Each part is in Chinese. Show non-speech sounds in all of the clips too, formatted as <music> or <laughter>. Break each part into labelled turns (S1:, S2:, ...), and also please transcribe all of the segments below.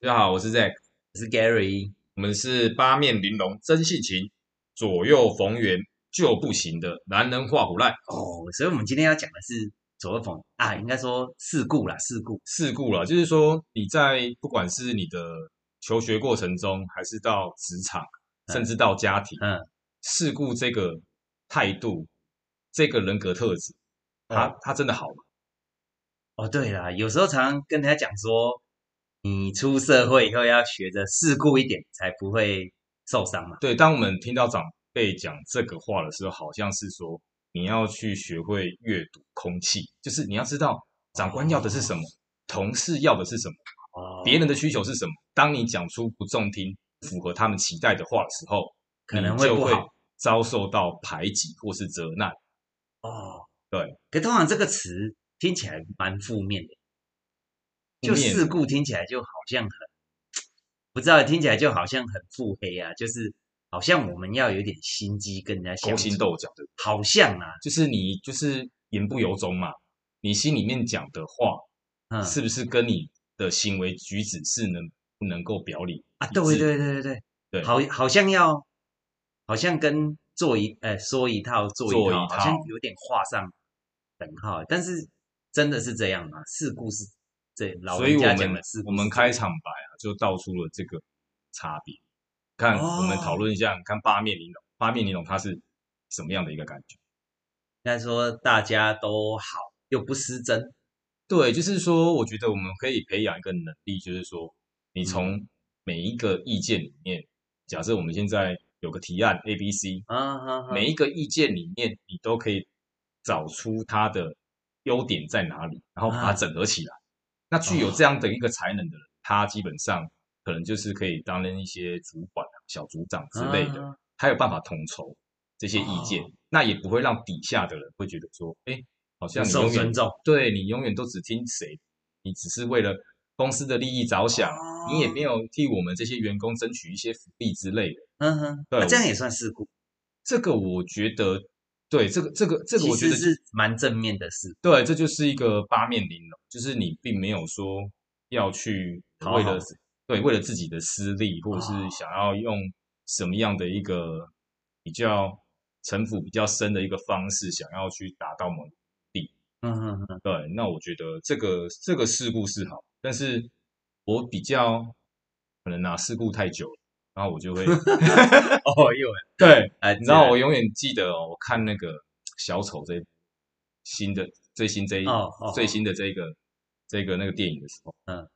S1: 大家好，我是 Zack，
S2: 我是 Gary，
S1: 我们是八面玲珑真性情，左右逢源就不行的男人画虎烂
S2: 哦，所以我们今天要讲的是左右逢啊，应该说事故啦，事故，
S1: 事故了。就是说你在不管是你的求学过程中，还是到职场，
S2: 嗯
S1: 甚至到家庭，
S2: 嗯，
S1: 事故这个态度，这个人格特质，他
S2: 嗯
S1: 他真的好吗？
S2: 哦，对啦，有时候常常跟人家讲说，你出社会以后要学着世故一点，才不会受伤嘛。
S1: 对，当我们听到长辈讲这个话的时候，好像是说你要去学会阅读空气，就是你要知道长官要的是什么，同事要的是什么，
S2: 哦
S1: 别人的需求是什么。当你讲出不中听、不符合他们期待的话的时候，
S2: 可
S1: 你
S2: 能会
S1: 就
S2: 不
S1: 会
S2: 好
S1: 遭受到排挤或是责难。
S2: 哦，
S1: 对。
S2: 可通常这个词听起来蛮负面的，就
S1: 负面
S2: 事故听起来就好像很，不知道听起来就好像很腹黑啊，就是好像我们要有点心机跟人家相
S1: 勾心
S2: 处，
S1: 斗角，对不
S2: 好像啊，
S1: 对就是你就是言不由衷嘛，你心里面讲的话，
S2: 嗯
S1: 是不是跟你的行为举止是能不能够表里
S2: 啊，
S1: 一
S2: 对
S1: 致
S2: 对对对对，
S1: 对
S2: 好好像要，好像跟做一呃说一套做
S1: 做
S2: 一套，
S1: 一
S2: 好像
S1: 套
S2: 有点画上等号，但是真的是这样吗？事故是这老
S1: 所以
S2: 人
S1: 我
S2: 家
S1: 们
S2: 讲的事故
S1: 我们
S2: 是这样
S1: 开场白啊，就道出了这个差别。看，我们讨
S2: 哦
S1: 论一下，你看八面玲珑，八面玲珑它是什么样的一个感觉？
S2: 应该说大家都好，又不失真。
S1: 对，就是说，我觉得我们可以培养一个能力，就是说，你从每一个意见里面，假设我们现在有个提案 A、B、C，
S2: 啊哈哈，
S1: 每一个意见里面，你都可以找出它的优点在哪里，然后把它
S2: 啊
S1: 整合起来。那具
S2: 哦
S1: 有这样的一个才能的人，他基本上可能就是可以担任一些主管、啊小组长之类的，
S2: 啊
S1: 他有办法统筹这些意见，
S2: 哦
S1: 那也不会让底下的人会觉得说，哎，好像你
S2: 受
S1: 永远
S2: 尊重，
S1: 对你永远都只听谁，你只是为了公司的利益着想，
S2: 哦
S1: 你也没有替我们这些员工争取一些福利之类的。
S2: 嗯哼，
S1: 对
S2: 那这样也算事故，
S1: 这个我觉得，对这个这个这个，
S2: 其
S1: 我觉
S2: 实
S1: 得
S2: 是蛮正面的事。
S1: 对，这就是一个八面玲珑，就是你并没有说要去
S2: 讨
S1: 为
S2: 好
S1: 了对为了自己的私利，或者是
S2: 哦
S1: 想要用什么样的一个比较城府比较深的一个方式，想要去达到某
S2: 嗯
S1: <laughs>
S2: 哼哼，
S1: 对，那我觉得这个这个事故是好，但是我比较可能拿、啊事故太久了，然后我
S2: <laughs>
S1: 就会
S2: 哦，又
S1: 对
S2: 哎，
S1: 你知道，
S2: 这
S1: 我永远记得哦，我看那个小丑这新的最新这一、
S2: 哦哦
S1: 最
S2: 哦
S1: 新的这个这个那个电影的时候，
S2: 嗯，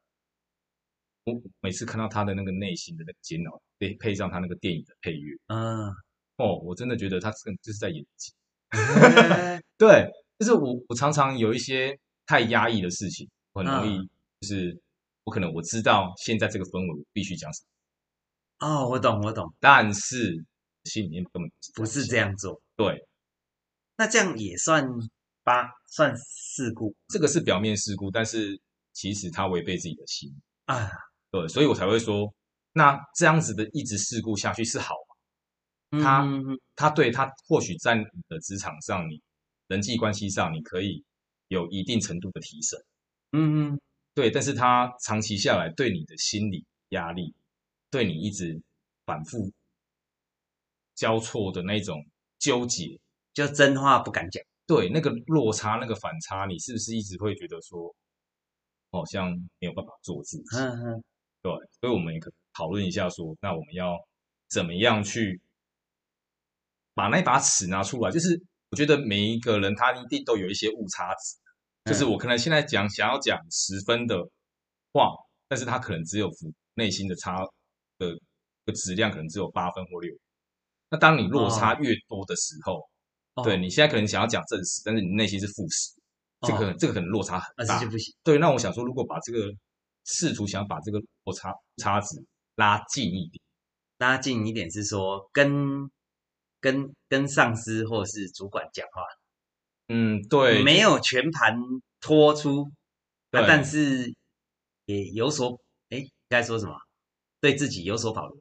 S1: 我每次看到他的那个内心的那个煎熬，配配上他那个电影的配乐， <laughs>
S2: 嗯，
S1: 哦，我真的觉得他这个就是在演技。
S2: 哎
S1: 对，就是我我常常有一些太压抑的事情，我很容易
S2: 嗯
S1: 就是我可能我知道现在这个氛围我必须讲什么，
S2: 哦，我懂，我懂，
S1: 但是心里面根本
S2: 不是这
S1: 样。
S2: 样做，
S1: 对，
S2: 那这样也算八，算事故
S1: 这个是表面事故，但是其实他违背自己的心，
S2: 啊。
S1: 对，所以我才会说，那这样子的一直事故下去是好吗？他
S2: 嗯哼
S1: 他对他或许在你的职场上，你人际关系上，你可以有一定程度的提升，
S2: 嗯哼，
S1: 对，但是他长期下来对你的心理压力，对你一直反复交错的那种纠结，
S2: 就真话不敢讲，
S1: 对那个落差、那个反差，你是不是一直会觉得说，好像没有办法做自己？
S2: 嗯哼，
S1: 对，所以我们也可以讨论一下说，那我们要怎么样去把那把尺拿出来？就是我觉得每一个人他一定都有一些误差值，就是
S2: 嗯
S1: 我可能现在讲想要讲十分的话，但是他可能只有符内心的差的的质量可能只有八分或六。那当你落差
S2: 哦
S1: 越多的时候，
S2: 哦
S1: 对，你现在可能想要讲正十，但是你内心是负十，这个可
S2: 哦
S1: 能、这个可能落差很
S2: 那
S1: 大
S2: 这。就不行，
S1: 对，那我想说，如果把这个试图想把这个落差差值拉近一点，
S2: 拉近一点是说跟跟跟上司或是主管讲话。
S1: 嗯，对，
S2: 没有全盘托出，啊
S1: 对
S2: 但是也有所哎，应该说什么？对自己有所保留，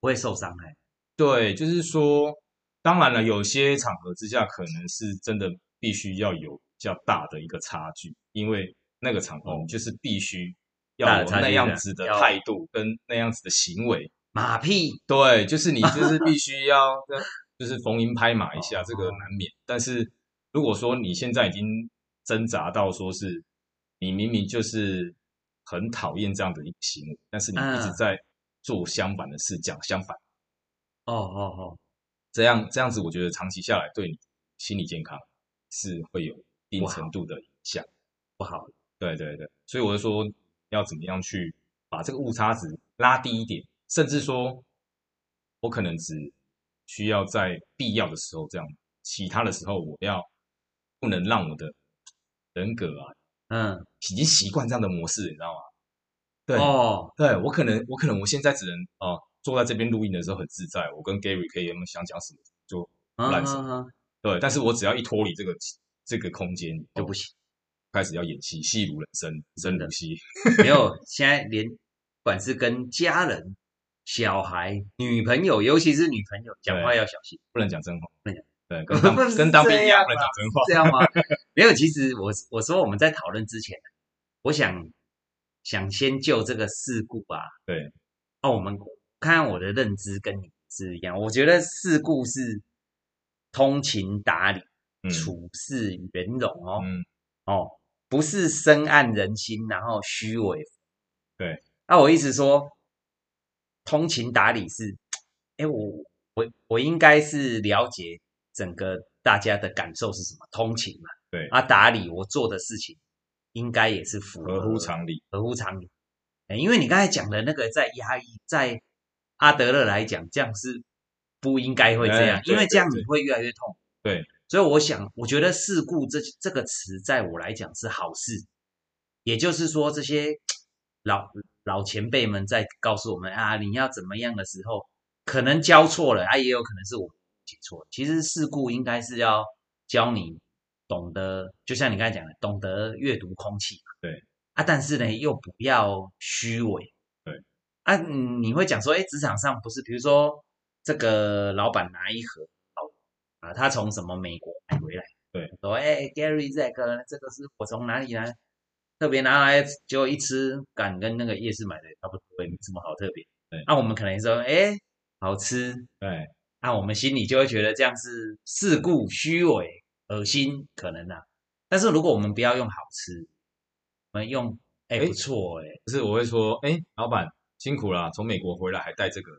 S2: 不会受伤害。
S1: 对，就是说，当然了，有些场合之下，可能是真的必须要有较大的一个差距，因为那个场合
S2: 哦
S1: 你就是必须
S2: 大
S1: 要
S2: 的
S1: 有
S2: 差距
S1: 那
S2: 是吧
S1: 样子的
S2: 要
S1: 态度跟那样子的行为。
S2: 马屁
S1: 对，就是你就是必须要就是逢迎拍马一下，这个
S2: 哦
S1: 难免。但是如果说你现在已经挣扎到说是你明明就是很讨厌这样的一个行为，但是你一直
S2: 嗯
S1: 在做相反的事，讲相反，
S2: 哦哦哦，
S1: 这样这样子，我觉得长期下来对你心理健康是会有一定程度的影响。
S2: 不好
S1: 对对对，所以我就说要怎么样去把这个误差值拉低一点，甚至说，我可能只需要在必要的时候这样，其他的时候我要不能让我的人格啊
S2: 嗯
S1: 已经习惯这样的模式，你知道吗？对，
S2: 哦
S1: 对我可能我可能我现在只能啊、呃坐在这边录音的时候很自在，我跟 Gary 可以想讲什么就
S2: 嗯
S1: 烂死
S2: 嗯嗯
S1: 对，但是我只要一脱离这个这个空间，
S2: 就不行。
S1: 开始要演戏，戏如人生，生如戏。
S2: <laughs> 没有，现在连不管是跟家人、小孩、女朋友，尤其是女朋友，讲话要小心，
S1: 不能讲真话，
S2: 嗯不能讲
S1: 对，跟当
S2: <laughs> 不是
S1: 跟当兵一样，
S2: 这样啊
S1: 不能
S2: 啦
S1: 讲真话。
S2: 这样吗？没有，其实我我说我们在讨论之前，我想想先就这个事故啊，
S1: 对，
S2: 哦，我们看看我的认知跟你是一样，我觉得事故是通情达理、
S1: 嗯
S2: 处事圆融哦，
S1: 嗯，
S2: 哦，不是深谙人心，然后虚伪。
S1: 对，
S2: 那、我意思说，通情达理是，哎，我我我应该是了解整个大家的感受是什么，通情嘛。
S1: 对
S2: 啊，达理我做的事情应该也是符合
S1: 嗯合乎常理。
S2: 合乎常理。哎，因为你刚才讲的那个在压抑，在阿德勒来讲，这样是不应该会这样
S1: 哎，对
S2: 因为这样
S1: 对
S2: 你会越来越痛。
S1: 对，
S2: 所以我想，我觉得“事故这”这个词，在我来讲是好事。也就是说，这些老老前辈们在告诉我们啊，你要怎么样的时候，可能教错了啊，也有可能是我们记错了。其实事故应该是要教你懂得，就像你刚才讲的，懂得阅读空气。
S1: 对
S2: 啊，但是呢，又不要虚伪。
S1: 对
S2: 啊，嗯你会讲说，哎，职场上不是，比如说这个老板拿一盒啊，他从什么美国买回来，
S1: 对，
S2: 说，哎，Gary 这个这个是我从哪里来，特别拿来就一吃，感跟那个夜市买的差不多，也没什么好特别。啊
S1: 对
S2: 那、我们可能说，哎，好吃，
S1: 对，
S2: 那、我们心里就会觉得这样是世故、虚伪、恶心，可能啊。但是如果我们不要用好吃，我们用，哎，
S1: 哎
S2: 不错、哎，
S1: 就是我会说，哎，老板辛苦啦，从美国回来还带这个，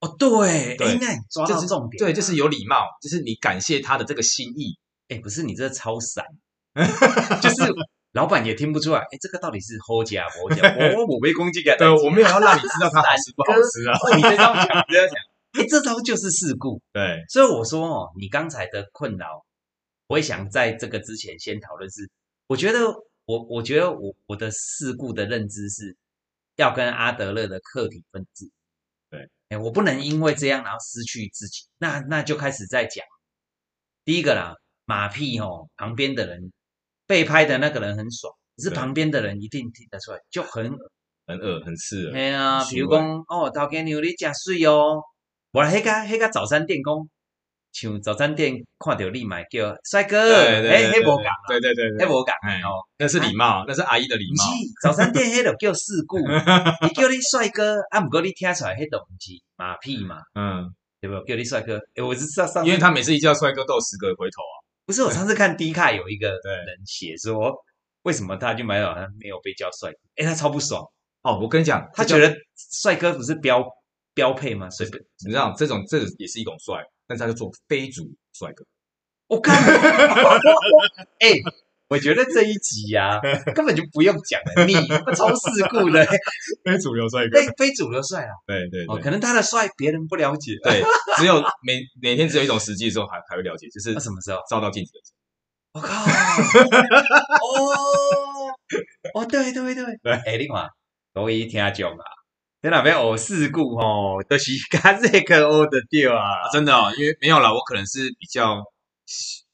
S2: 哦，对，哎
S1: 对，
S2: 那你抓
S1: 就
S2: 到
S1: 是
S2: 重点、啊
S1: 对，就是，有礼貌，就是你感谢他的这个心意。
S2: 哎，不是你这超散，就是老板也听不出来，哎，这个到底是齁假不假？我 <laughs> 我没攻击啊给他，
S1: 对，我没有要让你知道它好吃 <laughs> 不好吃啊。
S2: 哦，你这 <laughs> 招讲，你这招讲，哎，这招就是事故。
S1: 对，
S2: 所以我说哦，你刚才的困扰，我也想在这个之前先讨论是，我觉得我我觉得我我的事故的认知是要跟阿德勒的课题分治。
S1: 对，
S2: 哎，我不能因为这样然后失去自己，那那就开始在讲第一个啦，马屁哦，旁边的人被拍的那个人很爽，可是
S1: 对
S2: 旁边的人一定听得出来，就很
S1: 很恶，很刺耳。
S2: 嘿啊，
S1: 很
S2: 比
S1: 虚伪
S2: 如讲，哦，头家娘你真水哦，无啦，迄个迄个早餐店讲，像早餐店看到你嘛叫帅哥，
S1: 对对
S2: 诶，
S1: 对，
S2: 迄无讲，
S1: 对对对对，嗯哦
S2: 迄无讲
S1: 哎
S2: 哦，
S1: 那是礼貌，那是阿姨的礼
S2: 毋
S1: 貌。
S2: 是早餐店迄个叫事
S1: <laughs>
S2: 故，伊叫你帅哥，啊，毋过你听出来迄个毋是马屁嘛，
S1: 嗯，
S2: 对不？叫你帅哥，诶，我是上上次，
S1: 因为他每次一叫帅哥，都有十个回头啊。
S2: 不是我上次看 D 卡有一个
S1: 对
S2: 人写说，为什么他去买早餐没有被叫帅哥？诶，他超不爽，
S1: 哦，我跟你讲，
S2: 他
S1: 这叫
S2: 觉得帅哥不是标标配吗？随便。
S1: 你知道这种这也是一种帅，但是他就做非主帅哥。
S2: 我看， <laughs> 哎、我觉得这一集呀、 <laughs> 根本就不用讲了，你超世故 <laughs> 的，
S1: 非主流帅哥
S2: 非非主流帅啊，
S1: 对对
S2: 哦，
S1: 对
S2: 可能他的帅别人不了解，
S1: <laughs> 对，只有每每天只有一种时机的时候还还会了解，就是
S2: 那什么时候？ <laughs>
S1: 照到镜子的时
S2: 我靠，哦，哦，对对对，
S1: 对
S2: 哎、你看，我一听讲啊，你那边学世故哦，都、就是甲这个学得掉啊，
S1: 候。真的哦，因为没有啦，我可能是比较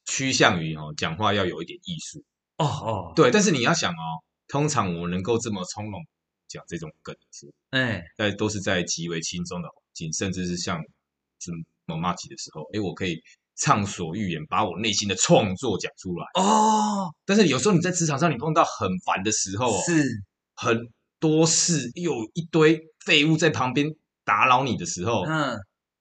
S1: 趋向于哦，讲话要有一点艺术。
S2: 哦哦，
S1: 对，但是你要想哦，通常我能够这么从容讲这种梗是，
S2: 哎、
S1: 但都是在极为轻松的环境，甚至是像是我骂起的时候，哎，我可以畅所欲言，把我内心的创作讲出来。
S2: 哦，
S1: 但是有时候你在职场上，你碰到很烦的时候哦，
S2: 是
S1: 很多事又有一堆废物在旁边打扰你的时候，
S2: 嗯，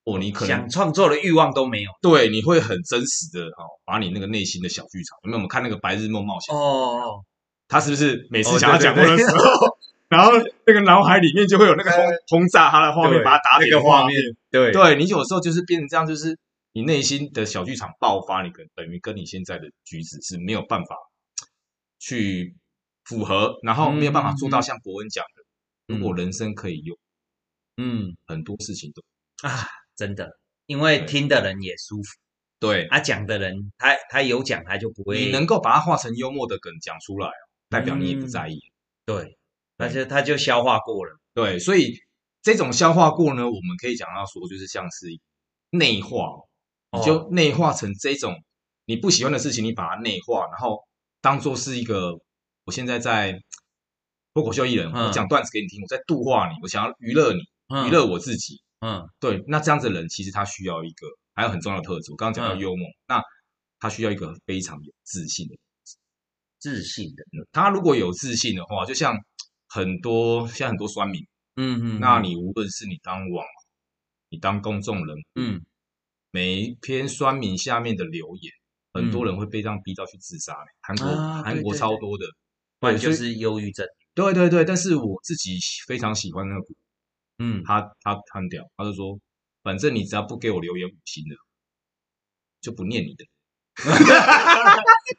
S1: 哦，你可能
S2: 想创作的欲望都没有
S1: 对你会很真实的哦，把你那个内心的小剧场，有没有？我们看那个《白日梦冒险》
S2: 哦，
S1: 他是不是每次
S2: 哦
S1: 想要
S2: 对
S1: 讲话
S2: 对
S1: 的
S2: 对
S1: 时候， <laughs> 然
S2: 哦
S1: 后那个脑海里面就会有那个轰轰炸他的画面，
S2: 对
S1: 把他打
S2: 那
S1: 脸
S2: 个
S1: 的
S2: 画
S1: 画
S2: 面，对
S1: 对你有时候就是变成这样，就是你内心的小剧场爆发，你跟等于跟你现在的举止是没有办法去符合，然后没有办法做到像伯恩讲的，
S2: 嗯
S1: 如果人生可以有
S2: 嗯
S1: 很多事情都
S2: 啊，真的，因为
S1: 对
S2: 听的人也舒服，
S1: 对，
S2: 他讲的人，他他有讲，他就不会
S1: 你能够把它化成幽默的梗讲出来，哦
S2: 嗯
S1: 代表你也不在意。
S2: 对，而且他就消化过了，
S1: 对，所以这种消化过呢，我们可以讲到说，就是像是内化，哦你
S2: 哦
S1: 就内化成这种你不喜欢的事情，你把它内化，然后当做是一个我现在在脱口秀艺人，
S2: 嗯
S1: 我讲段子给你听，我在度化你，我想要娱乐你，
S2: 嗯
S1: 娱乐我自己。
S2: 嗯
S1: 对，那这样子的人其实他需要一个还有很重要的特质，我刚刚讲到
S2: 嗯
S1: 幽默，那他需要一个非常有自信的人。
S2: 自信的，
S1: 他如果有自信的话，就像很多现在很多酸民。
S2: 嗯嗯，
S1: 那你无论是你当网红，你当公众人物，
S2: 嗯
S1: 每一篇酸民下面的留言，很多
S2: 嗯
S1: 人会被这样逼到去自杀、欸。韩国、
S2: 啊
S1: 韩
S2: 对
S1: 国
S2: 对
S1: 超
S2: 对
S1: 多的，
S2: 不然
S1: 对
S2: 就
S1: 所以
S2: 是忧郁症，
S1: 对对对。但是我自己喜非常喜欢那个股，
S2: 嗯，
S1: 他他他很屌，他就说，反正你只要不给我留言五星的，就不念你的。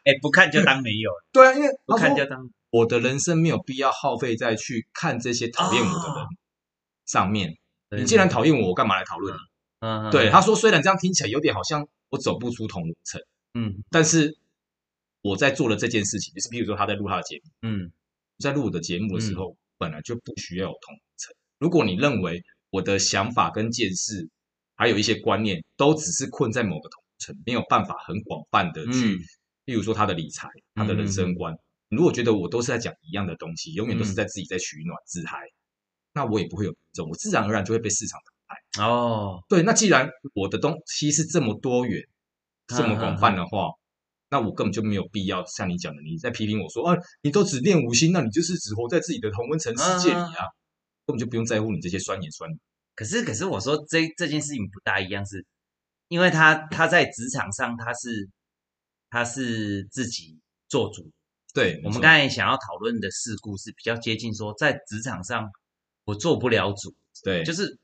S2: 哎，不看就当没有，
S1: <laughs> 对啊，因为
S2: 不
S1: 他
S2: 看
S1: 说
S2: 就当，
S1: 我的人生没有必要耗费在去看这些讨厌我的人
S2: 啊
S1: 上面。
S2: 对
S1: 你既然，讨厌我，我干嘛来讨论你？
S2: 嗯，嗯
S1: 对，，啊他说虽然这样听起来有点好像我走不出同温层，
S2: 嗯
S1: 但是我在做的这件事情，就是比如说他在录他的节目，
S2: 嗯
S1: 在录我的节目的时候，本来就不需要有同温层。如果你认为我的想法跟见识，还有一些观念，都只是困在某个同温层，没有办法很广泛的去，
S2: 嗯
S1: 例如说他的理财、他的人生观，你如果觉得我都是在讲一样的东西，永远都是在自己在取暖自嗨，那我也不会有这种，我自然而然就会被市场
S2: 哦，
S1: 对，那既然我的东西是这么多元、这么广泛的
S2: 嗯
S1: 话，那我根本就没有必要像你讲的，你在批评我说，啊，你都只练五星，那你就是只活在自己的同温层世界里
S2: 嗯嗯
S1: 啊，根本就不用在乎你这些酸言酸语。
S2: 可是，可是我说这这件事情不大一样是，因为他他在职场上他是他是自己做主。
S1: 对，
S2: 我
S1: 没
S2: 们
S1: 错
S2: 刚才想要讨论的事故是比较接近说，在职场上我做不了主，
S1: 对，
S2: 就是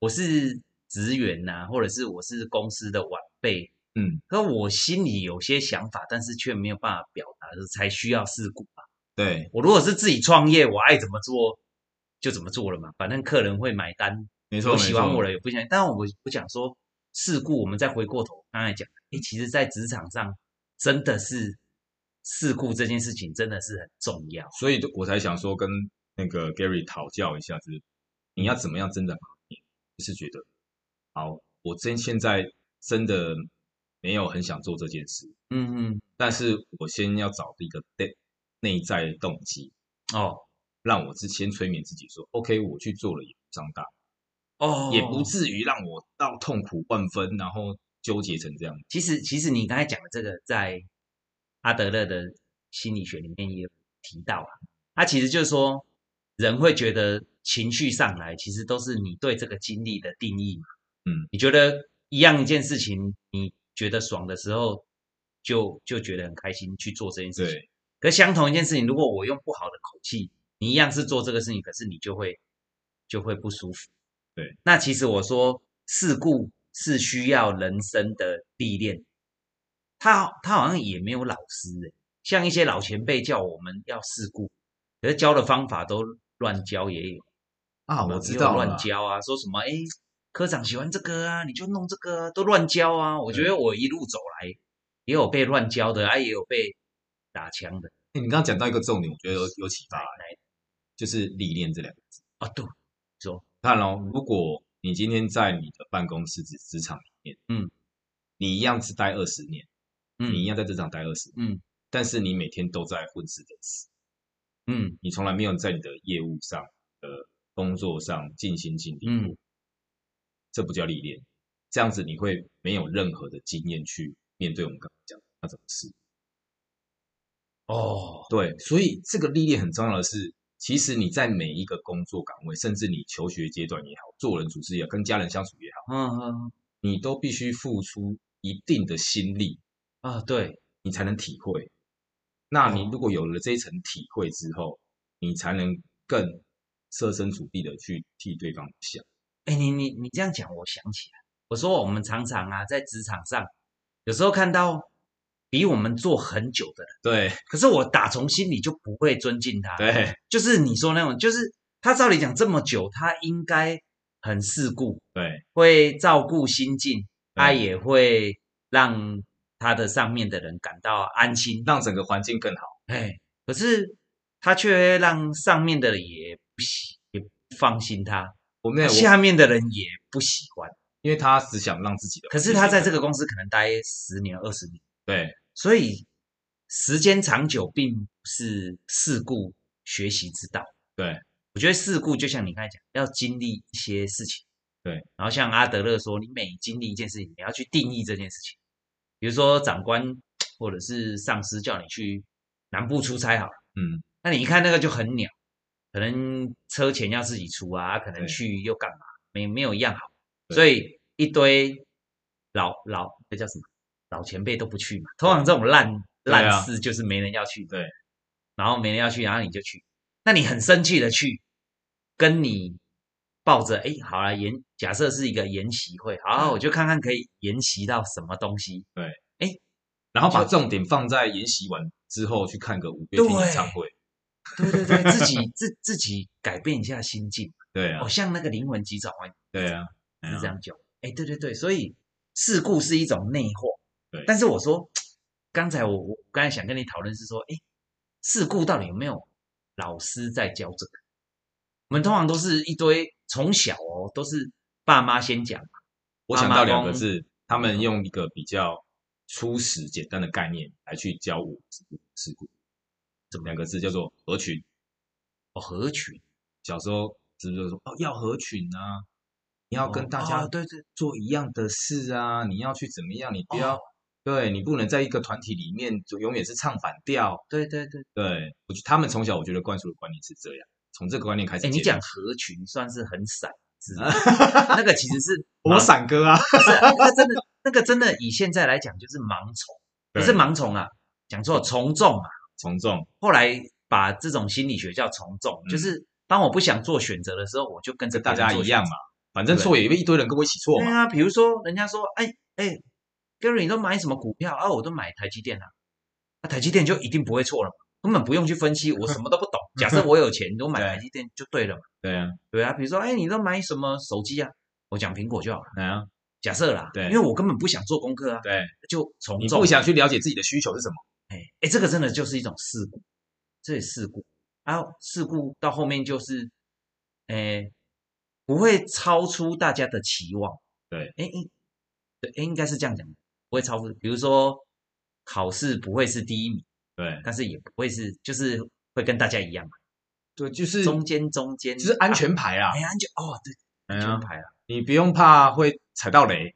S2: 我是职员呐、或者是我是公司的晚辈，
S1: 嗯，
S2: 可我心里有些想法，但是却没有办法表达，才需要事故吧。
S1: 对，
S2: 我如果是自己创业，我爱怎么做就怎么做了嘛，反正客人会买单，
S1: 没错，
S2: 有
S1: 没
S2: 喜欢
S1: 错
S2: 我的，有不喜欢。但我我讲说事故，我们再回过头刚才讲，诶，其实，在职场上真的是事故这件事情真的是很重要。
S1: 所以我才想说跟那个 Gary 讨教一下，就是你要怎么样真的，就是觉得，好，我真现在真的没有很想做这件事，
S2: 嗯嗯，
S1: 但是我先要找一个内内在动机，
S2: 哦
S1: 让我之前催眠自己说，OK，我去做了也不长大，
S2: 哦，
S1: 也不至于让我到痛苦万分，然后纠结成这样。
S2: 其实，其实你刚才讲的这个，在阿德勒的心理学里面也有提到啊。他其实就是说，人会觉得情绪上来，其实都是你对这个经历的定义嘛。
S1: 嗯，
S2: 你觉得一样一件事情，你觉得爽的时候就，就觉得很开心去做这件事情。
S1: 对，
S2: 可相同一件事情，如果我用不好的口气，你一样是做这个事情，可是你就会就会不舒服。
S1: 对，
S2: 那其实我说事故是需要人生的历练，他他好像也没有老师欸像一些老前辈叫我们要事故，可是教的方法都乱教也有，
S1: 啊，
S2: 有
S1: 我知道
S2: 乱
S1: 了。
S2: 教啊，说什么哎科长喜欢这个啊，你就弄这个、啊，都乱教啊。我觉得我一路走来也有被乱教的，啊也有被打枪的。
S1: 欸你刚刚讲到一个重点，我觉得有有启发，欸
S2: 哪一
S1: 就是历练这两个字。
S2: 啊，对，说，
S1: 看哦，如果你今天在你的办公室职职场里面，
S2: 嗯，
S1: 你一样是待二十年，你一
S2: 嗯
S1: 样在职场待二十年，
S2: 嗯
S1: 但是你每天都在混吃等死，
S2: 嗯
S1: 你从来没有在你的业务上、呃工作上尽心尽力，
S2: 嗯，
S1: 这不叫历练。这样子你会没有任何的经验去面对我们刚刚讲的那种事。
S2: 哦，
S1: 对，所以这个历练很重要的是，其实你在每一个工作岗位，甚至你求学阶段也好，做人处事也好，跟家人相处也好，
S2: 嗯嗯
S1: 你都必须付出一定的心力，
S2: 啊，对，
S1: 你才能体会。那你
S2: 哦
S1: 如果有了这一层体会之后，你才能更设身处地的去替对方想。
S2: 哎，你你你这样讲，我想起来，我说我们常常啊，在职场上，有时候看到比我们做很久的人，
S1: 对
S2: 可是我打从心里就不会尊敬他，
S1: 对
S2: 就是你说那种，就是他照理讲这么久，他应该很世故，
S1: 对
S2: 会照顾心境，他
S1: 对
S2: 也会让他的上面的人感到安心。
S1: 让整个环境更好。
S2: 哎，可是他却让上面的人也不喜，也不放心他，
S1: 我没有，
S2: 下面的人也不喜欢。
S1: 因为他只想让自己的。
S2: 可是他在这个公司可能待十年、二十年，
S1: 对
S2: 所以时间长久并不是世故学习之道。
S1: 对
S2: 我觉得事故就像你刚才讲，要经历一些事情，
S1: 对。
S2: 然后像阿德勒说，你每经历一件事情，你要去定义这件事情。比如说长官或者是上司叫你去南部出差好了，
S1: 嗯，
S2: 那你一看那个就很鸟，可能车钱要自己出啊，可能
S1: 对
S2: 去又干嘛，没没有一样好，
S1: 对
S2: 所以一堆老老那叫什么老前辈都不去嘛。通常这种烂
S1: 对啊
S2: 烂事就是没人要去，
S1: 对，
S2: 然后没人要去，然后你就去，那你很生气的去，跟你抱着哎，好了研，假设是一个研习会，好，
S1: 对
S2: 我就看看可以研习到什么东西，
S1: 然后把
S2: 就
S1: 重点放在研习完之后去看个五月天演唱会。
S2: 对对
S1: <laughs>
S2: 对，自己自自己改变一下心境，
S1: 对啊
S2: 哦，，像那个灵魂急转弯。
S1: 对啊，
S2: 是这
S1: 哎呀。
S2: 样讲。哎、对对对，所以事故是一种内化。
S1: 对
S2: 但是我说，刚才我我刚才想跟你讨论是说，哎、事故到底有没有老师在教这个？我们通常都是一堆从小哦，都是爸妈先讲，
S1: 我想到两个字，他们用一个比较初始简单的概念来去教我事故，
S2: 怎么
S1: 两个字叫做合群。
S2: 哦合群，
S1: 小时候是不是就说哦要合群啊？你要跟大
S2: 哦
S1: 家
S2: 对对
S1: 做一样的事啊，你要去怎么样？你不要、
S2: 哦
S1: 对你不能在一个团体里面就永远是唱反调。
S2: 对对对。
S1: 对我觉得他们从小我觉得灌输的观念是这样，从这个观念开始
S2: 哎、
S1: 建立。
S2: 你讲合群算是很散，是
S1: <laughs>
S2: 吧那个其实是
S1: 我闪哥啊，
S2: 不是 <laughs> 那个真的，那个真的以现在来讲就是盲从，不是
S1: 对
S2: 盲从啊，讲错从众啊。
S1: 从众，
S2: 后来把这种心理学叫从众，
S1: 嗯
S2: 就是当我不想做选择的时候，我就跟着
S1: 跟大
S2: 别人
S1: 家
S2: 做
S1: 一
S2: 选
S1: 样
S2: 择
S1: 嘛。，反正
S2: 对
S1: 错也一堆人跟我一起错
S2: 对
S1: 嘛。
S2: 啊，比如说人家说，哎哎，Gary，你都买什么股票啊？我都买台积电啊，那、台积电就一定不会错了嘛，根本不用去分析，我什么都
S1: <laughs>
S2: 不懂。假设我有钱，我买
S1: 对
S2: 台积电就对了嘛。
S1: 对啊，
S2: 对啊，比如说，哎，你都买什么手机啊？我讲苹果就好了。
S1: 对啊，
S2: 假设啦，
S1: 对
S2: 因为我根本不想做功课啊，
S1: 对，
S2: 就从
S1: 你
S2: 众
S1: 不。想去了解自己的需求是什么？
S2: 哎哎，这个真的就是一种事故，这也事故啊，事故到后面就是，哎，不会超出大家的期望。
S1: 对，
S2: 哎应对，哎应该是这样讲，不会超出。比如说考试不会是第一名，
S1: 对
S2: 但是也不会是，就是会跟大家一样嘛，
S1: 对，就是
S2: 中间中间
S1: 就是安
S2: 啊，
S1: 全牌啊
S2: 哎，安全哦，对，
S1: 哎
S2: 安
S1: 呀
S2: 全牌了，
S1: 你不用怕会踩到
S2: <laughs>
S1: 雷，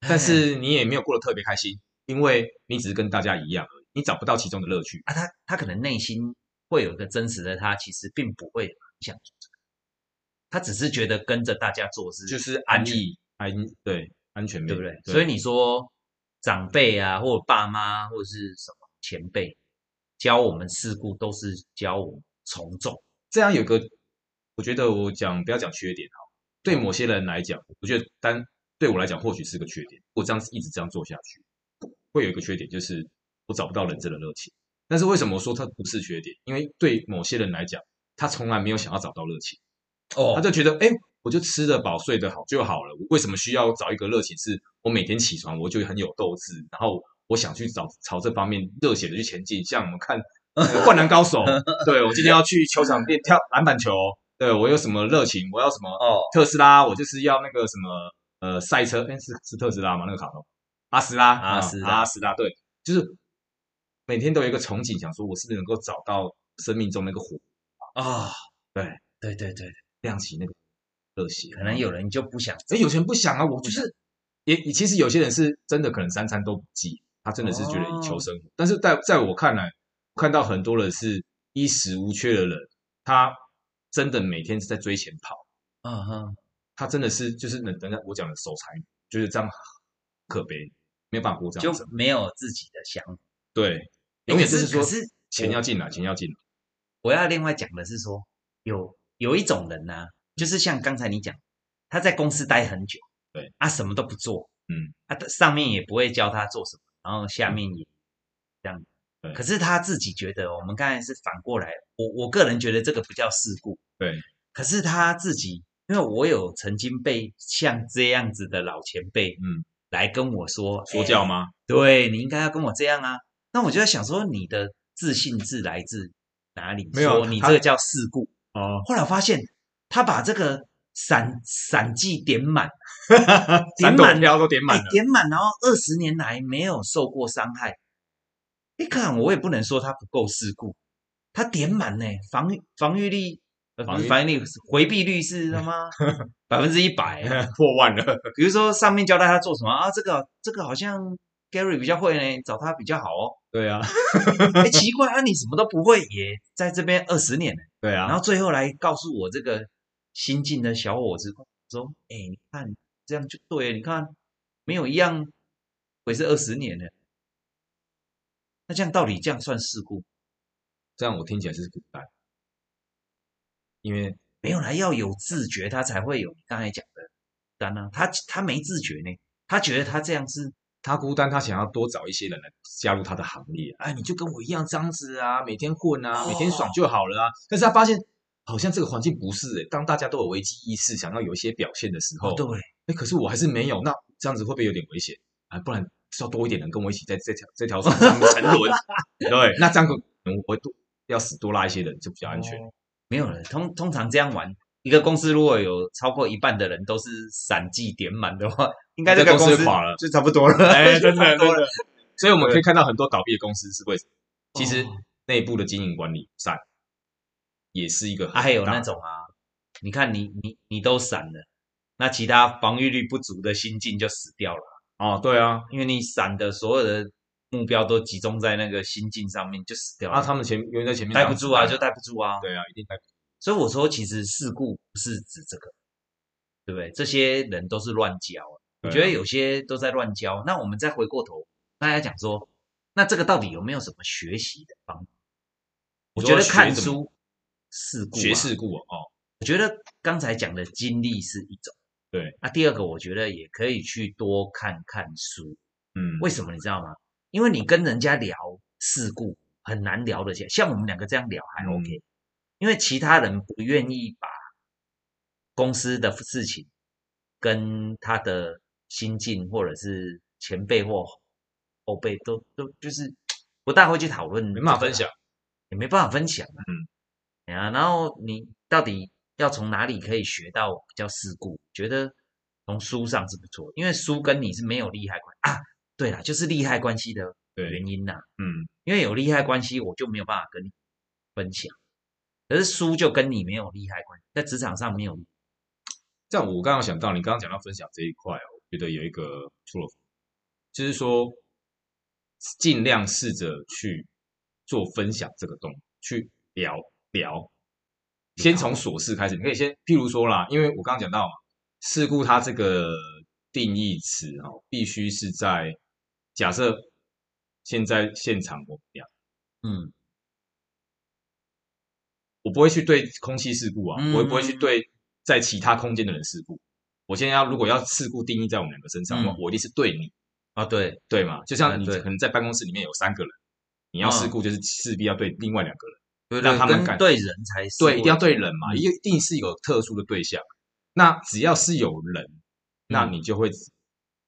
S2: 哎
S1: 但是你也没有过得特别开心，因为你只是跟大家一样而已，你找不到其中的乐趣。
S2: 啊，他他可能内心会有一个真实的他，其实并不会想做这个，他只是觉得跟着大家做是
S1: 就是安
S2: 全
S1: 逸，安对安全面
S2: 对不对？所以你说长辈啊，或者爸妈，或者是什么前辈教我们世故，都是教我们从众。
S1: 这样有个，我觉得我讲不要讲缺点哈，对某些人来讲，我觉得单对我来讲或许是个缺点。我这样子一直这样做下去，会有一个缺点就是我找不到人真的热情。但是为什么说它不是缺点？因为对某些人来讲，他从来没有想要找到热情，
S2: 哦
S1: 他就觉得哎。诶我就吃得饱、睡得好就好了。我为什么需要找一个热情？是我每天起床我就很有斗志，然后我想去找朝这方面热血的去前进。像我们看那个灌篮高手，
S2: <laughs>
S1: 对我今天要去球场练跳篮板球，对我有什么热情，我要什么
S2: 哦，
S1: 特斯拉，我就是要那个什么呃赛车，哎是是特斯拉吗？那个卡通阿斯拉，
S2: 阿斯拉
S1: 啊阿斯拉，对，就是每天都有一个憧憬，想说我是不是能够找到生命中那个火，
S2: 啊、
S1: 对，嗯
S2: 对对对，
S1: 亮起那个热血，
S2: 可能有人就不想
S1: 哎
S2: 嗯
S1: 有钱不想啊，我就是也也其实有些人是真的可能三餐都不济，他真的是觉得以
S2: 哦
S1: 求生活。但是在在我看来，我看到很多的是衣食无缺的人，他真的每天是在追钱跑，
S2: 嗯哼，
S1: 他真的是就是人人家我讲的守财，觉得这样很可悲，没有办法过这
S2: 就
S1: 样子。
S2: 没有自己的想法。
S1: 对，
S2: 诶
S1: 永远
S2: 可
S1: 就是
S2: 是哎
S1: 说
S2: 可是
S1: 钱要进来，钱要进来。
S2: 我要另外讲的是说，有有一种人呢、就是像刚才你讲，他在公司待很久，
S1: 对，
S2: 啊，什么都不做，
S1: 嗯，
S2: 啊，上面也不会教他做什么，然后下面也这样
S1: 嗯对。
S2: 可是他自己觉得，我们刚才是反过来，我我个人觉得这个不叫事故，
S1: 对，
S2: 可是他自己，因为我有曾经被像这样子的老前辈，
S1: 嗯，
S2: 来跟我说
S1: 说
S2: 哎
S1: 教吗？ <laughs>
S2: 对你应该要跟我这样啊。那我就在想说，你的自信是来自哪里？
S1: 没有啊
S2: 说你
S1: 他
S2: 这个叫事故。
S1: 哦，
S2: 后来我发现他把这个散散技点满，
S1: 三
S2: 点
S1: 朵
S2: 满
S1: 飘都点满
S2: 哎
S1: 了，
S2: 点满，然后二十年来没有受过伤害。你看，我也不能说他不够事故，他点满呢、防御防御力，呃不
S1: 防御
S2: 是防御力，回避率是
S1: <laughs>
S2: 他妈百分之一百。啊
S1: 破万了。
S2: 比如说上面交代他做什么啊，这个这个好像 Gary 比较会呢，找他比较好哦。
S1: 对
S2: <laughs>
S1: 啊，
S2: 哎，奇怪啊，你什么都不会，也在这边二十年了，
S1: 对
S2: 然
S1: 啊，
S2: 后最后来告诉我这个新进的小伙子说：“哎，你看这样就对了，你看没有一样，我也是二十年了。那这样到底这样算事故？
S1: 这样我听起来是古代，因为
S2: 没有啦，要有自觉，他才会有你刚才讲的单啊。他他没自觉呢，他觉得他这样是
S1: 他孤单，他想要多找一些人来加入他的行列。哎，你就跟我一样这样子啊，每天混啊，
S2: 哦
S1: 每天爽就好了啊。但是他发现好像这个环境不是、欸，当大家都有危机意识，想要有一些表现的时候，
S2: 哦，对，
S1: 哎，可是我还是没有，那这样子会不会有点危险啊？不然需要多一点人跟我一起在这条这条船上沉
S2: <laughs>
S1: 沦。对，那这样可能我会多要死多拉一些人就比较安全。
S2: 哦没有了，通通常这样玩，一个公司如果有超过一半的人都是散技点满的话， <laughs> 应该这
S1: 这
S2: 个
S1: 公司
S2: 司
S1: 垮了
S2: 就差不多了。
S1: 哎，真
S2: 就
S1: 的
S2: <laughs> 差
S1: 真
S2: 不多了
S1: 的。所以我们可以看到很多倒闭的公司是为什么？其实
S2: 哦
S1: 内部的经营管理上也是一个很
S2: 啊，还有
S1: 大
S2: 那种啊，你看你你你都散了，那其他防御力不足的新进就死掉了，
S1: 哦，对啊，
S2: 因为你散的所有的目标都集中在那个新进上面，就死掉了。
S1: 啊，他们前因为在前面
S2: 待不住啊，就
S1: 待
S2: 待不住啊。
S1: 对啊，一定待不住。
S2: 所以我说，其实事故不是指这个，对不对？这些人都是乱教啊，
S1: 对
S2: 我
S1: 啊
S2: 觉得有些都在乱教。那我们再回过头，大家讲说，那这个到底有没有什么学习的方法？我
S1: 你
S2: 觉
S1: 说
S2: 得看
S1: 学什么
S2: 书事故、啊，
S1: 学事故哦，哦
S2: 我觉得刚才讲的经历是一种，
S1: 对。
S2: 那、第二个，我觉得也可以去多看看书。
S1: 嗯，
S2: 为什么你知道吗？因为你跟人家聊事故很难聊得起来，像我们两个这样聊还
S1: 嗯
S2: OK，、因为其他人不愿意把公司的事情跟他的新进或者是前辈或后辈都都就是不大会去讨论，
S1: 没办法分享，
S2: 也没办法分享、啊。
S1: 嗯
S2: 嗯，啊，然后你到底要从哪里可以学到比较事故？觉得从书上是不错，因为书跟你是没有利害关啊。对啦，就是利害关系的
S1: 对
S2: 原，因呐、
S1: 嗯，
S2: 因为有利害关系，我就没有办法跟你分享。可是书就跟你没有利害关系，在职场上没有
S1: 这样我刚刚想到，你刚刚讲到分享这一块哦，我觉得有一个除了，就是说尽量试着去做分享这个动作，去聊聊，先从琐事开始。你可以先，譬如说啦，因为我刚刚讲到嘛，事故它这个定义词哦，必须是在假设现在现场我们聊，
S2: 嗯
S1: 我不会去对空气事故啊，
S2: 嗯
S1: 我也不会去对在其他空间的人事故。我现在要如果要事故定义在我们两个身上的话，
S2: 嗯
S1: 我一定是对你，
S2: 啊，对，
S1: 对嘛？就像
S2: 嗯
S1: 你
S2: 对嗯
S1: 可能在办公室里面有三个人，你要事故就是势必要对另外两个人，
S2: 对
S1: 让他们
S2: 跟
S1: 感
S2: 对人才是哦
S1: 对，一定要
S2: 我
S1: 对人嘛，一定是有特殊的对象。那只要是有人，
S2: 嗯
S1: 那你就会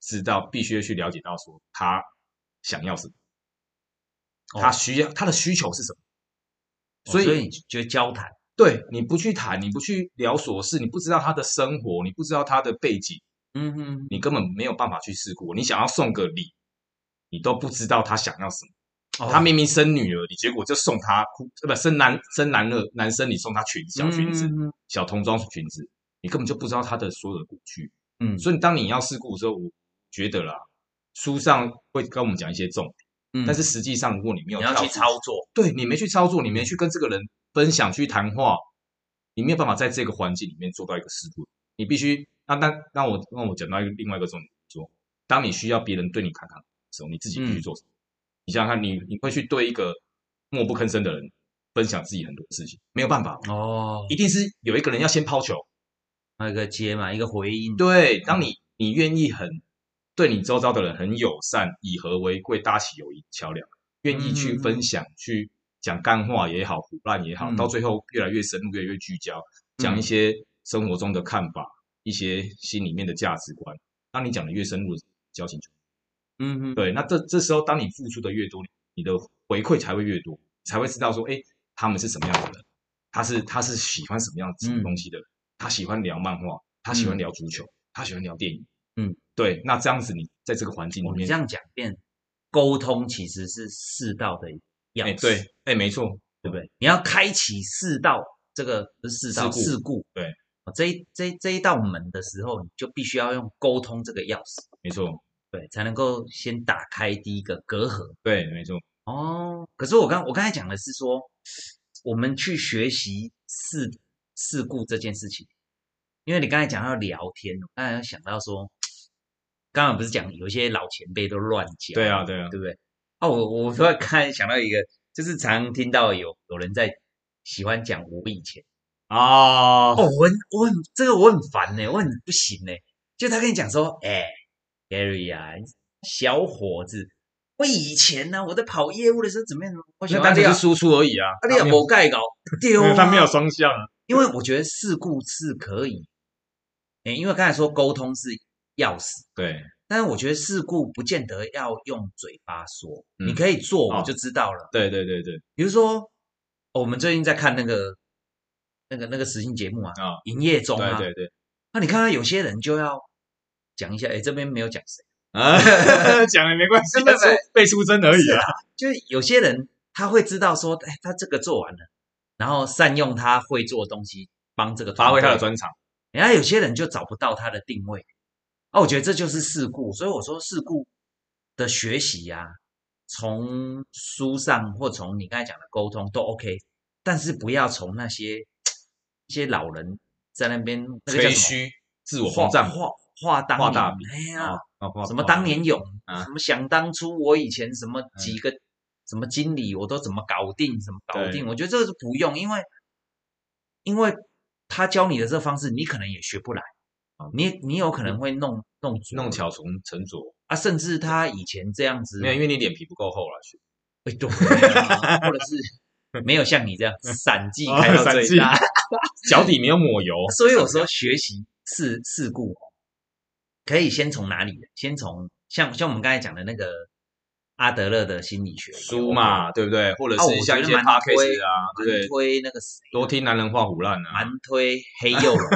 S1: 知道必须去了解到说他想要什么，
S2: 哦
S1: 他需要他的需求是什么。
S2: 哦
S1: 所以
S2: 所以你觉得交谈
S1: 对你不去谈，你不去聊琐事，你不知道他的生活，你不知道他的背景，
S2: 嗯嗯
S1: 你根本没有办法去试过。你想要送个礼，你都不知道他想要什么。
S2: 哦
S1: 他明明生女儿，你结果就送他哭，呃不生男生男儿男生，你送他裙小裙子、
S2: 嗯
S1: 小童装裙子，你根本就不知道他的所有的故具。
S2: 嗯嗯嗯
S1: 所以当你要事故的时候，我觉得啦，书上会跟我们讲一些重点，
S2: 嗯
S1: 但是实际上如果你没有
S2: 你要
S1: 跳
S2: 去
S1: 出
S2: 操作，
S1: 对你没去操作，你没去跟这个人分享、去谈话，你没有办法在这个环境里面做到一个适度。你必须，那那让我让我讲到一个另外一个重点，说，当你需要别人对你侃侃的时候，你自己必须
S2: 嗯
S1: 做什么？你想想看，你你会去对一个默不吭声的人分享自己很多事情，没有办法，
S2: 哦，
S1: 一定是有一个人要先抛球。
S2: 那个接嘛，一个回应，
S1: 对，当你你愿意很对你周遭的人很友善，以和为贵，搭起友谊桥梁，愿意去
S2: 嗯
S1: 分享，去讲干话也好，胡乱也好，到
S2: 嗯
S1: 最后越来越深入，越来越聚焦，讲一
S2: 嗯
S1: 些生活中的看法，一些心里面的价值观。当你讲的越深入，交情就
S2: 嗯哼，
S1: 对。那这这时候，当你付出的越多，你的回馈才会越多，才会知道说，哎，他们是什么样的人，他是他是喜欢什么样子什么
S2: 嗯
S1: 东西的人，他喜欢聊漫画，他喜欢
S2: 嗯
S1: 聊足球，他喜欢聊电影。
S2: 嗯，
S1: 对。那这样子，你在这个环境里
S2: 哦你
S1: 面，
S2: 这样讲变沟通其实是世道的
S1: 哎，
S2: 钥匙，
S1: 对，哎，没错，
S2: 对不对？你要开启世道这个不是世
S1: 事
S2: 道
S1: 故
S2: 事故，
S1: 对
S2: 哦，这一这一这一道门的时候，你就必须要用沟通这个钥匙，
S1: 没错，
S2: 对，才能够先打开第一个隔阂。
S1: 对，没错，
S2: 哦，可是我刚我刚才讲的是说，我们去学习事事故这件事情，因为你刚才讲到聊天，我刚才有想到说，刚刚不是讲有一些老前辈都乱讲，
S1: 对啊，对啊，
S2: 对不对？哦，我我突然看想到一个，就是常听到有有人在喜欢讲我以前，
S1: 啊
S2: 哦，我很我很这个我很烦呢、我很不行呢、就他跟你讲说，哎、g a r y 啊，小伙子，我以前呢、我在跑业务的时候怎么样？
S1: 那
S2: 我想
S1: 单
S2: 你
S1: 纯
S2: 啊
S1: 是，输出而已啊，
S2: 啊你也
S1: 他没有
S2: 没盖搞，丢啊，
S1: 他没有双向啊，
S2: 因为我觉得事故是可以，哎、因为刚才说沟通是钥匙，
S1: 对，
S2: 但是我觉得事故不见得要用嘴巴说，
S1: 嗯
S2: 你可以做，
S1: 哦
S2: 我就知道了。
S1: 对对对对，
S2: 比如说、哦我们最近在看那个那个那个实境节目啊，
S1: 啊，
S2: 营业中啊，
S1: 对对 <laughs>
S2: <laughs>
S1: 对，
S2: 那你看到有些人就要讲一下，哎，这边没有讲谁，
S1: 啊，讲了没关系，
S2: 真的
S1: 那是背出真而已啊，
S2: 就是有些人他会知道说，哎，他这个做完了，然后善用他会做的东西帮这个
S1: 发挥他的
S2: 团
S1: 专
S2: 队。
S1: 长，
S2: 然后有些人就找不到他的定位，啊，我觉得这就是事故。所以我说事故的学习呀、从书上或从你刚才讲的沟通都 OK，但是不要从那些一些老人在那边那个叫
S1: 吹
S2: 什么
S1: 嘘，自我
S2: 画
S1: 膨胀，
S2: 画画当
S1: 画
S2: 年
S1: 大饼
S2: 哎呀。
S1: 啊不好
S2: 什
S1: 不
S2: 么
S1: 好
S2: 当年勇，
S1: 啊嗯
S2: 什么想当初，我以前什么几个、什么经理，我都怎么搞定，怎么搞定？我觉得这个是不用，因为因为他教你的这方式，你可能也学不来
S1: 啊，
S2: 你你有可能会弄弄拙
S1: 弄巧成成拙，
S2: 啊，甚至他以前这样子，
S1: 没有，因为你脸皮不够厚了，去
S2: 哎对啊或者是没有像你这样
S1: 哦
S2: 散技开到最大，
S1: 脚底没有抹油，
S2: 所以有时候学习事事故哦，可以先从哪里？先从像像我们刚才讲的那个阿德勒的心理学
S1: 书，嘛，对不对？或者
S2: 啊我
S1: 是
S2: 觉
S1: 像一
S2: 得
S1: 些
S2: 蛮
S1: podcast
S2: 推
S1: 啊，对
S2: 蛮
S1: 不对？
S2: 推那个谁，
S1: 多听男人话胡乱啊，
S2: 蛮推黑
S1: <laughs>
S2: 幼龙，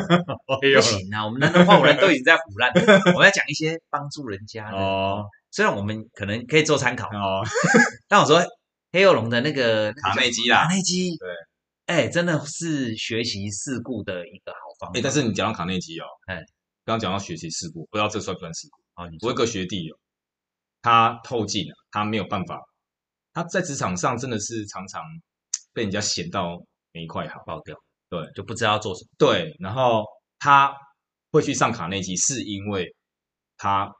S1: 哎
S2: 不行啊！我们那的话，我们都已经在胡乱
S1: <laughs>
S2: 了，我们要讲一些帮助人家的。
S1: 哦
S2: 虽然我们可能可以做参考，
S1: 哦，
S2: 但我说黑幼龙的那个
S1: 卡内基
S2: 卡
S1: 啦，
S2: 内基，
S1: 对，
S2: 哎，真的是学习事故的一个好方法。
S1: 哎，但是你讲到卡内基哦，
S2: 哎
S1: 刚刚讲到学习事故，不知道这算不算事故？
S2: 哦，你
S1: 我有个学弟哦，他透镜了，他没有办法，他在职场上真的是常常被人家嫌到没一块好。
S2: 爆掉，
S1: 对，
S2: 就不知道做什么。
S1: 对，然后他会去上卡内基，是因为他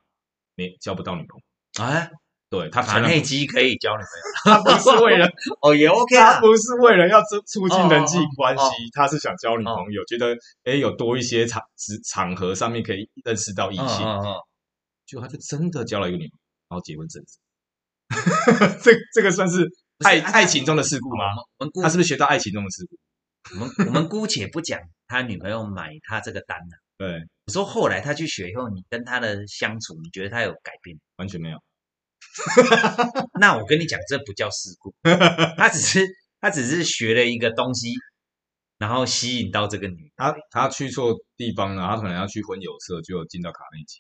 S1: 没交不到女朋友。
S2: 哎，
S1: 对他
S2: 卡
S1: 前男
S2: 内基可以交女朋
S1: 他
S2: 友，
S1: 不是
S2: <laughs>
S1: 为了
S2: 哦也 OK
S1: 他
S2: 啊，
S1: 不是为了要促促进人际关系，
S2: 哦哦哦
S1: 他是想交女朋友，觉得诶有多一些场职场合上面可以认识到异
S2: 嗯
S1: 性，
S2: 嗯嗯
S1: 结果他就真的交了一个女朋友，然后结婚生子。 <laughs> 这这个算是
S2: 不是
S1: 爱
S2: 啊
S1: 爱情中的事故
S2: 我
S1: 吗
S2: 们？我们姑
S1: 他是不是学到爱情中的事故？
S2: 我们我们姑且不讲他女朋友买他这个单了、
S1: 对，
S2: 我说后来他去学以后，你跟他的相处，你觉得他有改变？
S1: 完全没有。
S2: 那我跟你讲，这不叫事故，他只是他只是学了一个东西，然后吸引到这个女。
S1: 他他去错地方了，他可能要去婚友社，就进到卡内基。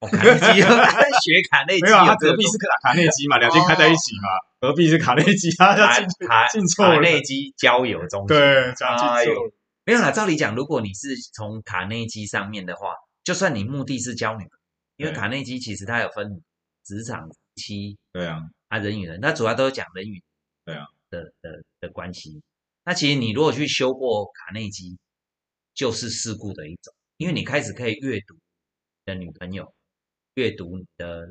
S2: 哦，卡内基学卡内基
S1: 没有啊，哦他
S2: 这个
S1: 隔壁
S2: 东
S1: 是卡卡内基嘛，两间开在一起嘛，隔壁是卡内基，他他进
S2: 西卡
S1: 进错
S2: 卡
S1: 了，
S2: 内基交友中心。
S1: 对，这样
S2: 哎
S1: 进
S2: 呦
S1: 错了，
S2: 没有啦，照理讲，如果你是从卡内基上面的话，就算你目的是交女朋友，因为
S1: 对
S2: 卡内基其实它有分职场夫妻
S1: 对啊，
S2: 啊人与人，它主要都是讲人与
S1: 对啊
S2: 的的的关系。那其实你如果去修过卡内基，就是事故的一种，因为你开始可以阅读你的女朋友，阅读你的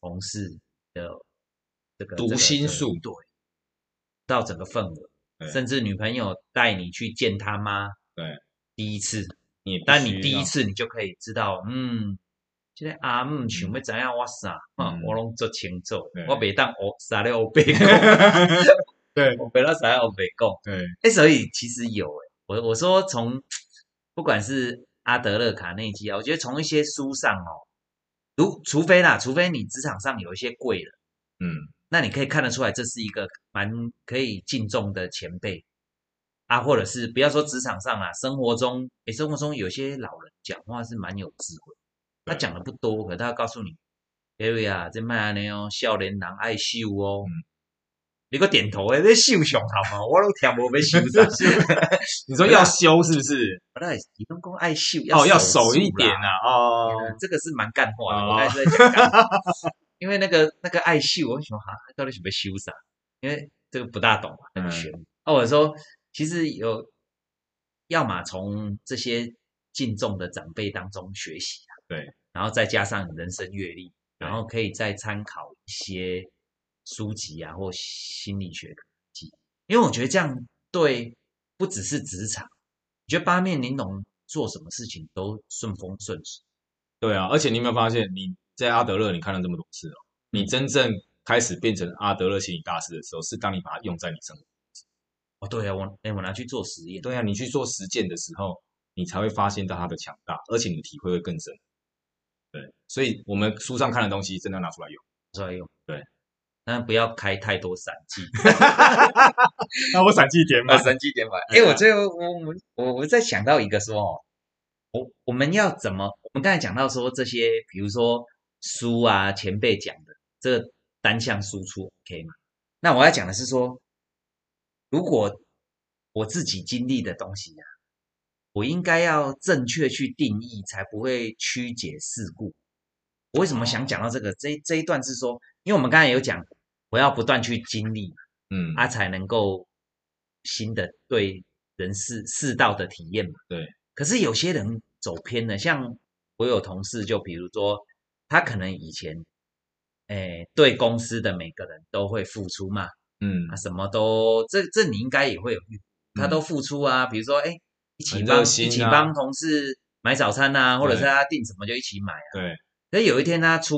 S2: 同事的这个
S1: 读
S2: 这个
S1: 心
S2: 这个
S1: 术
S2: 对，到整个氛围，
S1: 对
S2: 甚至女朋友带你去见他妈，
S1: 对，
S2: 第一次
S1: 你也必
S2: 但你
S1: 须
S2: 第
S1: 要
S2: 一次你就可以知道，嗯，即个阿姆想要怎样我啥，嗯
S1: 嗯，
S2: 我拢做清楚
S1: 对，
S2: 我袂当我啥咧我白讲，
S1: 对
S2: 我袂当啥咧我白讲。
S1: 对
S2: 哎，所以其实有哎，我我说从不管是阿德勒、卡内基啊，我觉得从一些书上哦，如除非啦，除非你职场上有一些贵人，
S1: 嗯
S2: 那你可以看得出来，这是一个蛮可以敬重的前辈啊，或者是不要说职场上啦，生活中，诶，生活中有些老人讲话是蛮有智慧，他
S1: 对
S2: 讲的不多，可他告诉你，Gary 啊，这麦安尼哦，少年人爱秀哦。
S1: 嗯
S2: 你个点头诶，你秀上头嘛，我都听无要秀
S1: <laughs>
S2: 啥。 <laughs>
S1: 你说要修是不是？
S2: 不对，移动工爱秀
S1: 哦，啊要
S2: 守
S1: 守
S2: 住
S1: 一点
S2: 啦。
S1: 啊，哦，
S2: 这个是蛮干话的，
S1: 哦
S2: 我刚才是在讲干话，因为那个那个爱秀，我想哈，啊到底是被修啥？因为这个不大懂嘛，很
S1: 嗯
S2: 玄。哦，我说其实有，要么从这些敬重的长辈当中学习啊，
S1: 对，
S2: 然后再加上你人生阅历，然
S1: 对
S2: 后可以再参考一些书籍啊或心理学记，因为我觉得这样对不只是职场，我觉得八面玲珑做什么事情都顺风顺水。
S1: 对啊，而且你有没有发现，你在阿德勒你看了这么多次哦，你真正开始变成阿德勒心理大师的时候，是当你把它用在你生活。
S2: 哦，对啊，我哎，我拿去做实验，
S1: 对啊，你去做实践的时候，你才会发现到它的强大，而且你的体会会更深。对，所以我们书上看的东西，真的要拿出来用。
S2: 出来用。
S1: 对，
S2: 但不要开太多散技，
S1: <laughs> 那我闪记点
S2: 啊，神奇点法。哎、我最后我我我我在想到一个说哦，我我们要怎么？我们刚才讲到说这些，比如说书啊，前辈讲的这个单向输出 OK 吗？那我要讲的是说，如果我自己经历的东西啊，我应该要正确去定义，才不会曲解事故。我为什么想讲到这个？这一这一段是说，因为我们刚才有讲，我要不断去经历，
S1: 嗯，
S2: 啊，才能够新的对人世世道的体验嘛。
S1: 对。
S2: 可是有些人走偏了，像我有同事，就比如说他可能以前，哎，对公司的每个人都会付出嘛，
S1: 嗯，
S2: 啊，什么都这这你应该也会有遇，他
S1: 嗯
S2: 都付出啊，比如说哎，一起
S1: 很热
S2: 帮、一
S1: 心
S2: 起
S1: 啊
S2: 帮同事买早餐啊，或者是
S1: 对
S2: 他订什么就一起买啊。
S1: 对，
S2: 可是有一天他出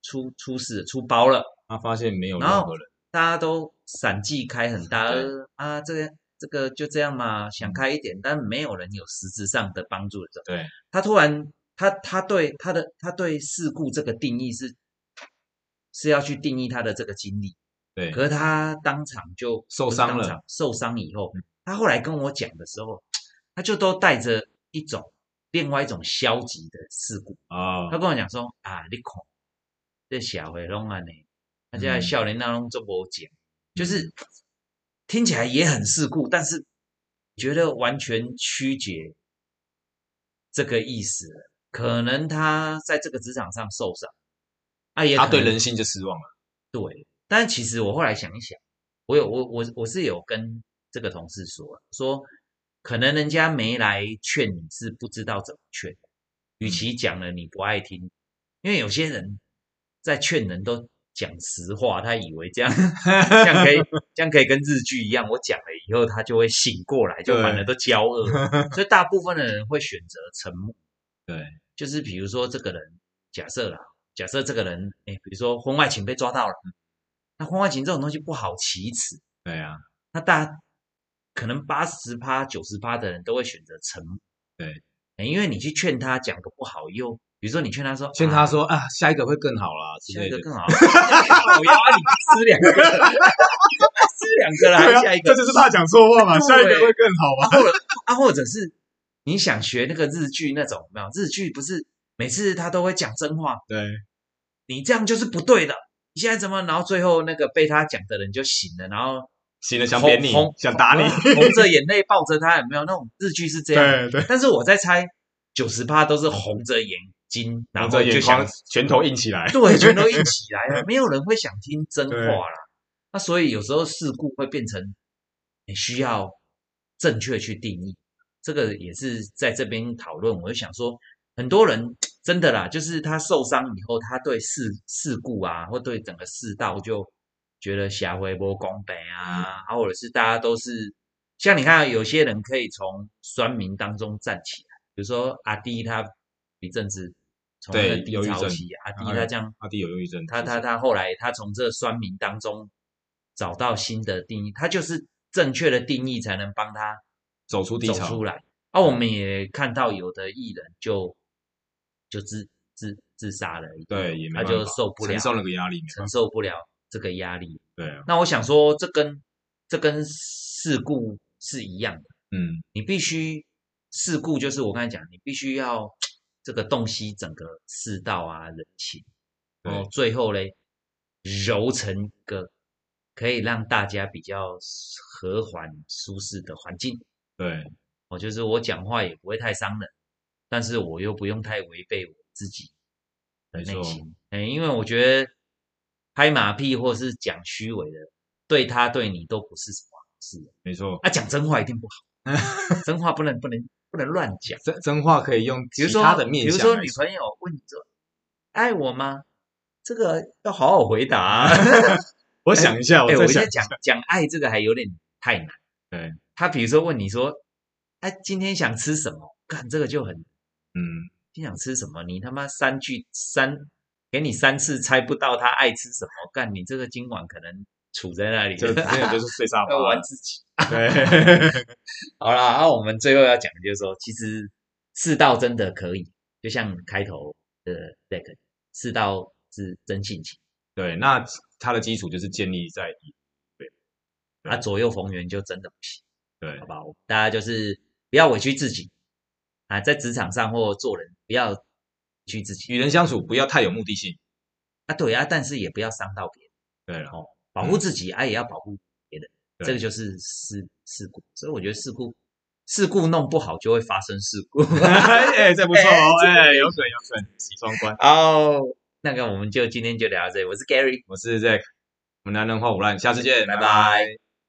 S2: 出出事出包了。
S1: 他发现没有任
S2: 然后
S1: 何人，
S2: 大家都散技开很大，
S1: 对
S2: 呃啊，这个这个就这样嘛，想开一点，但没有人有实质上的帮助的时候，
S1: 对，
S2: 他突然他他对他的他对事故这个定义是是要去定义他的这个经历，
S1: 对，
S2: 可是他当场就
S1: 嗯受
S2: 不是
S1: 伤
S2: 当
S1: 了
S2: 场受伤以后，他后来跟我讲的时候，他就都带着一种另外一种消极的事故。
S1: 啊
S2: 他，跟我讲说啊，你看这社会拢安尼，他现在
S1: 嗯
S2: 少年那拢做无讲，就是听起来也很世故，但是觉得完全曲解这个意思了。可能他在这个职场上受伤，啊也
S1: 他
S2: 可
S1: 对
S2: 能
S1: 人性就失望了。
S2: 对，但其实我后来想一想，我有我我我是有跟这个同事说啊，说可能人家没来劝你是不知道怎么劝，与
S1: 嗯
S2: 其讲了你不爱听，因为有些人在劝人都讲实话，他以为这样这
S1: <laughs>
S2: 样可以这样可以跟日剧一样，我讲了以后他就会醒过来，就反而
S1: 对
S2: 都
S1: <laughs>
S2: 骄傲了，所以大部分的人会选择沉默。
S1: 对，
S2: 就是比如说这个人，假设啦，假设这个人，哎，比如说婚外情被抓到了，那婚外情这种东西不好启齿，
S1: 对啊，
S2: 那大家可能八十趴、九十趴的人都会选择沉默。
S1: 对
S2: 诶，因为你去劝他讲个不好，又比如说你劝他说，
S1: 劝
S2: 啊
S1: 他说啊，下一个会更好啦之
S2: 下一
S1: 类
S2: 个
S1: 的。
S2: 更好，我要啊你吃两个，吃两个啦，还下一个，
S1: 啊就是怕讲错话嘛
S2: 对下一个会
S1: 更好
S2: 啊，？或者啊，或者是你想学那个日剧那种，有没有？日剧不是每次他都会讲真话，
S1: 对，
S2: 你这样就是不对的。你现在怎么？然后最后那个被他讲的人就醒了，然后
S1: 行了，想扁你
S2: 红，
S1: 想打你，
S2: 红着眼泪抱着他，有没有？那种日剧是这样。
S1: 对对
S2: 但是我在猜，九十趴都是红着眼金，
S1: 然
S2: 然后
S1: 后
S2: 就
S1: 眼
S2: 想
S1: 眶拳头硬起来，
S2: 对，全都一起来了，没有人会想听真话
S1: 对
S2: 啦。那所以有时候事故会变成你需要正确去定义，这个也是在这边讨论。我就想说，很多人真的啦，就是他受伤以后，他对事事故啊，或对整个世道就觉得下回波公北
S1: 嗯
S2: 啊，或者是大家都是像你看，有些人可以从酸民当中站起来，比如说阿弟他一阵子从那个
S1: 对
S2: 低
S1: 忧郁
S2: 潮
S1: 症
S2: 期，阿弟
S1: 然后
S2: 啊他这样
S1: 阿弟有忧郁症，
S2: 他
S1: 是
S2: 他他后来他从这酸民当中找到新的定义，他就是正确的定义才能帮他
S1: 走出低
S2: 走
S1: 潮
S2: 出来。啊，我们也看到有的艺人就就自自自杀了，
S1: 对也没
S2: 他
S1: 办
S2: 就
S1: 法
S2: 受不了，
S1: 承受那个压力没办
S2: 承受不了这个压力。
S1: 对啊，
S2: 那我想说，这跟这跟事故是一样的，
S1: 嗯，
S2: 你必须事故就是我刚才讲，你必须要这个洞悉整个世道啊人情。
S1: 对
S2: 然后最后嘞揉成一个可以让大家比较和缓舒适的环境。
S1: 对
S2: 我就是我讲话也不会太伤人，但是我又不用太违背我自己的
S1: 没
S2: 内
S1: 错
S2: 心。嗯，因为我觉得拍马屁或是讲虚伪的，对他对你都不是什么好事。
S1: 没错，
S2: 啊，讲真话一定不好，真话不能不能不能乱讲。
S1: 真真话可以用
S2: 比如
S1: 其
S2: 说
S1: 他的面
S2: 比如
S1: 向
S2: 说
S1: 来
S2: 女
S1: 说
S2: 朋友问你说：“爱我吗？”这个要好好回答、
S1: <laughs>
S2: 啊。
S1: 我想一下，
S2: 哎、
S1: 再
S2: 我现
S1: 想
S2: 在，讲讲爱这个还有点太难。
S1: 对，
S2: 他比如说问你说：“哎、今天想吃什么？”干这个就很，
S1: 嗯，
S2: 今天想吃什么？你他妈三句三，给你三次猜不到他爱吃什么，干你这个今晚可能杵在那里，
S1: 就真的就是睡沙发
S2: <laughs> 要玩
S1: 了，
S2: 自己。 <laughs>
S1: 对，
S2: 好啦，那、我们最后要讲的就是说，其实世道真的可以，就像开头的 Zack，世道是真性情，
S1: 对，那它的基础就是建立在一对
S2: 啊，左右逢源就真的不行，
S1: 对
S2: 好不好？大家就是不要委屈自己啊，在职场上或做人不要委屈自己
S1: 与人相处不要太有目的性，
S2: 啊，对啊，但是也不要伤到别人，
S1: 对了， <laughs>
S2: 保护自己、啊，也要保护别人，
S1: 嗯对
S2: 这个就是事事故，所以我觉得事故事故弄不好就会发生事
S1: <laughs>
S2: 故。 <laughs>
S1: 哎，这不错哦，
S2: 哎这个
S1: 哎，有准有准，喜双关。
S2: 哦，那个我们就今天就聊到这里。我是 Gary，
S1: 我是 Zack，我们男人话不烂，下次见，
S2: 拜
S1: 拜
S2: 拜
S1: 拜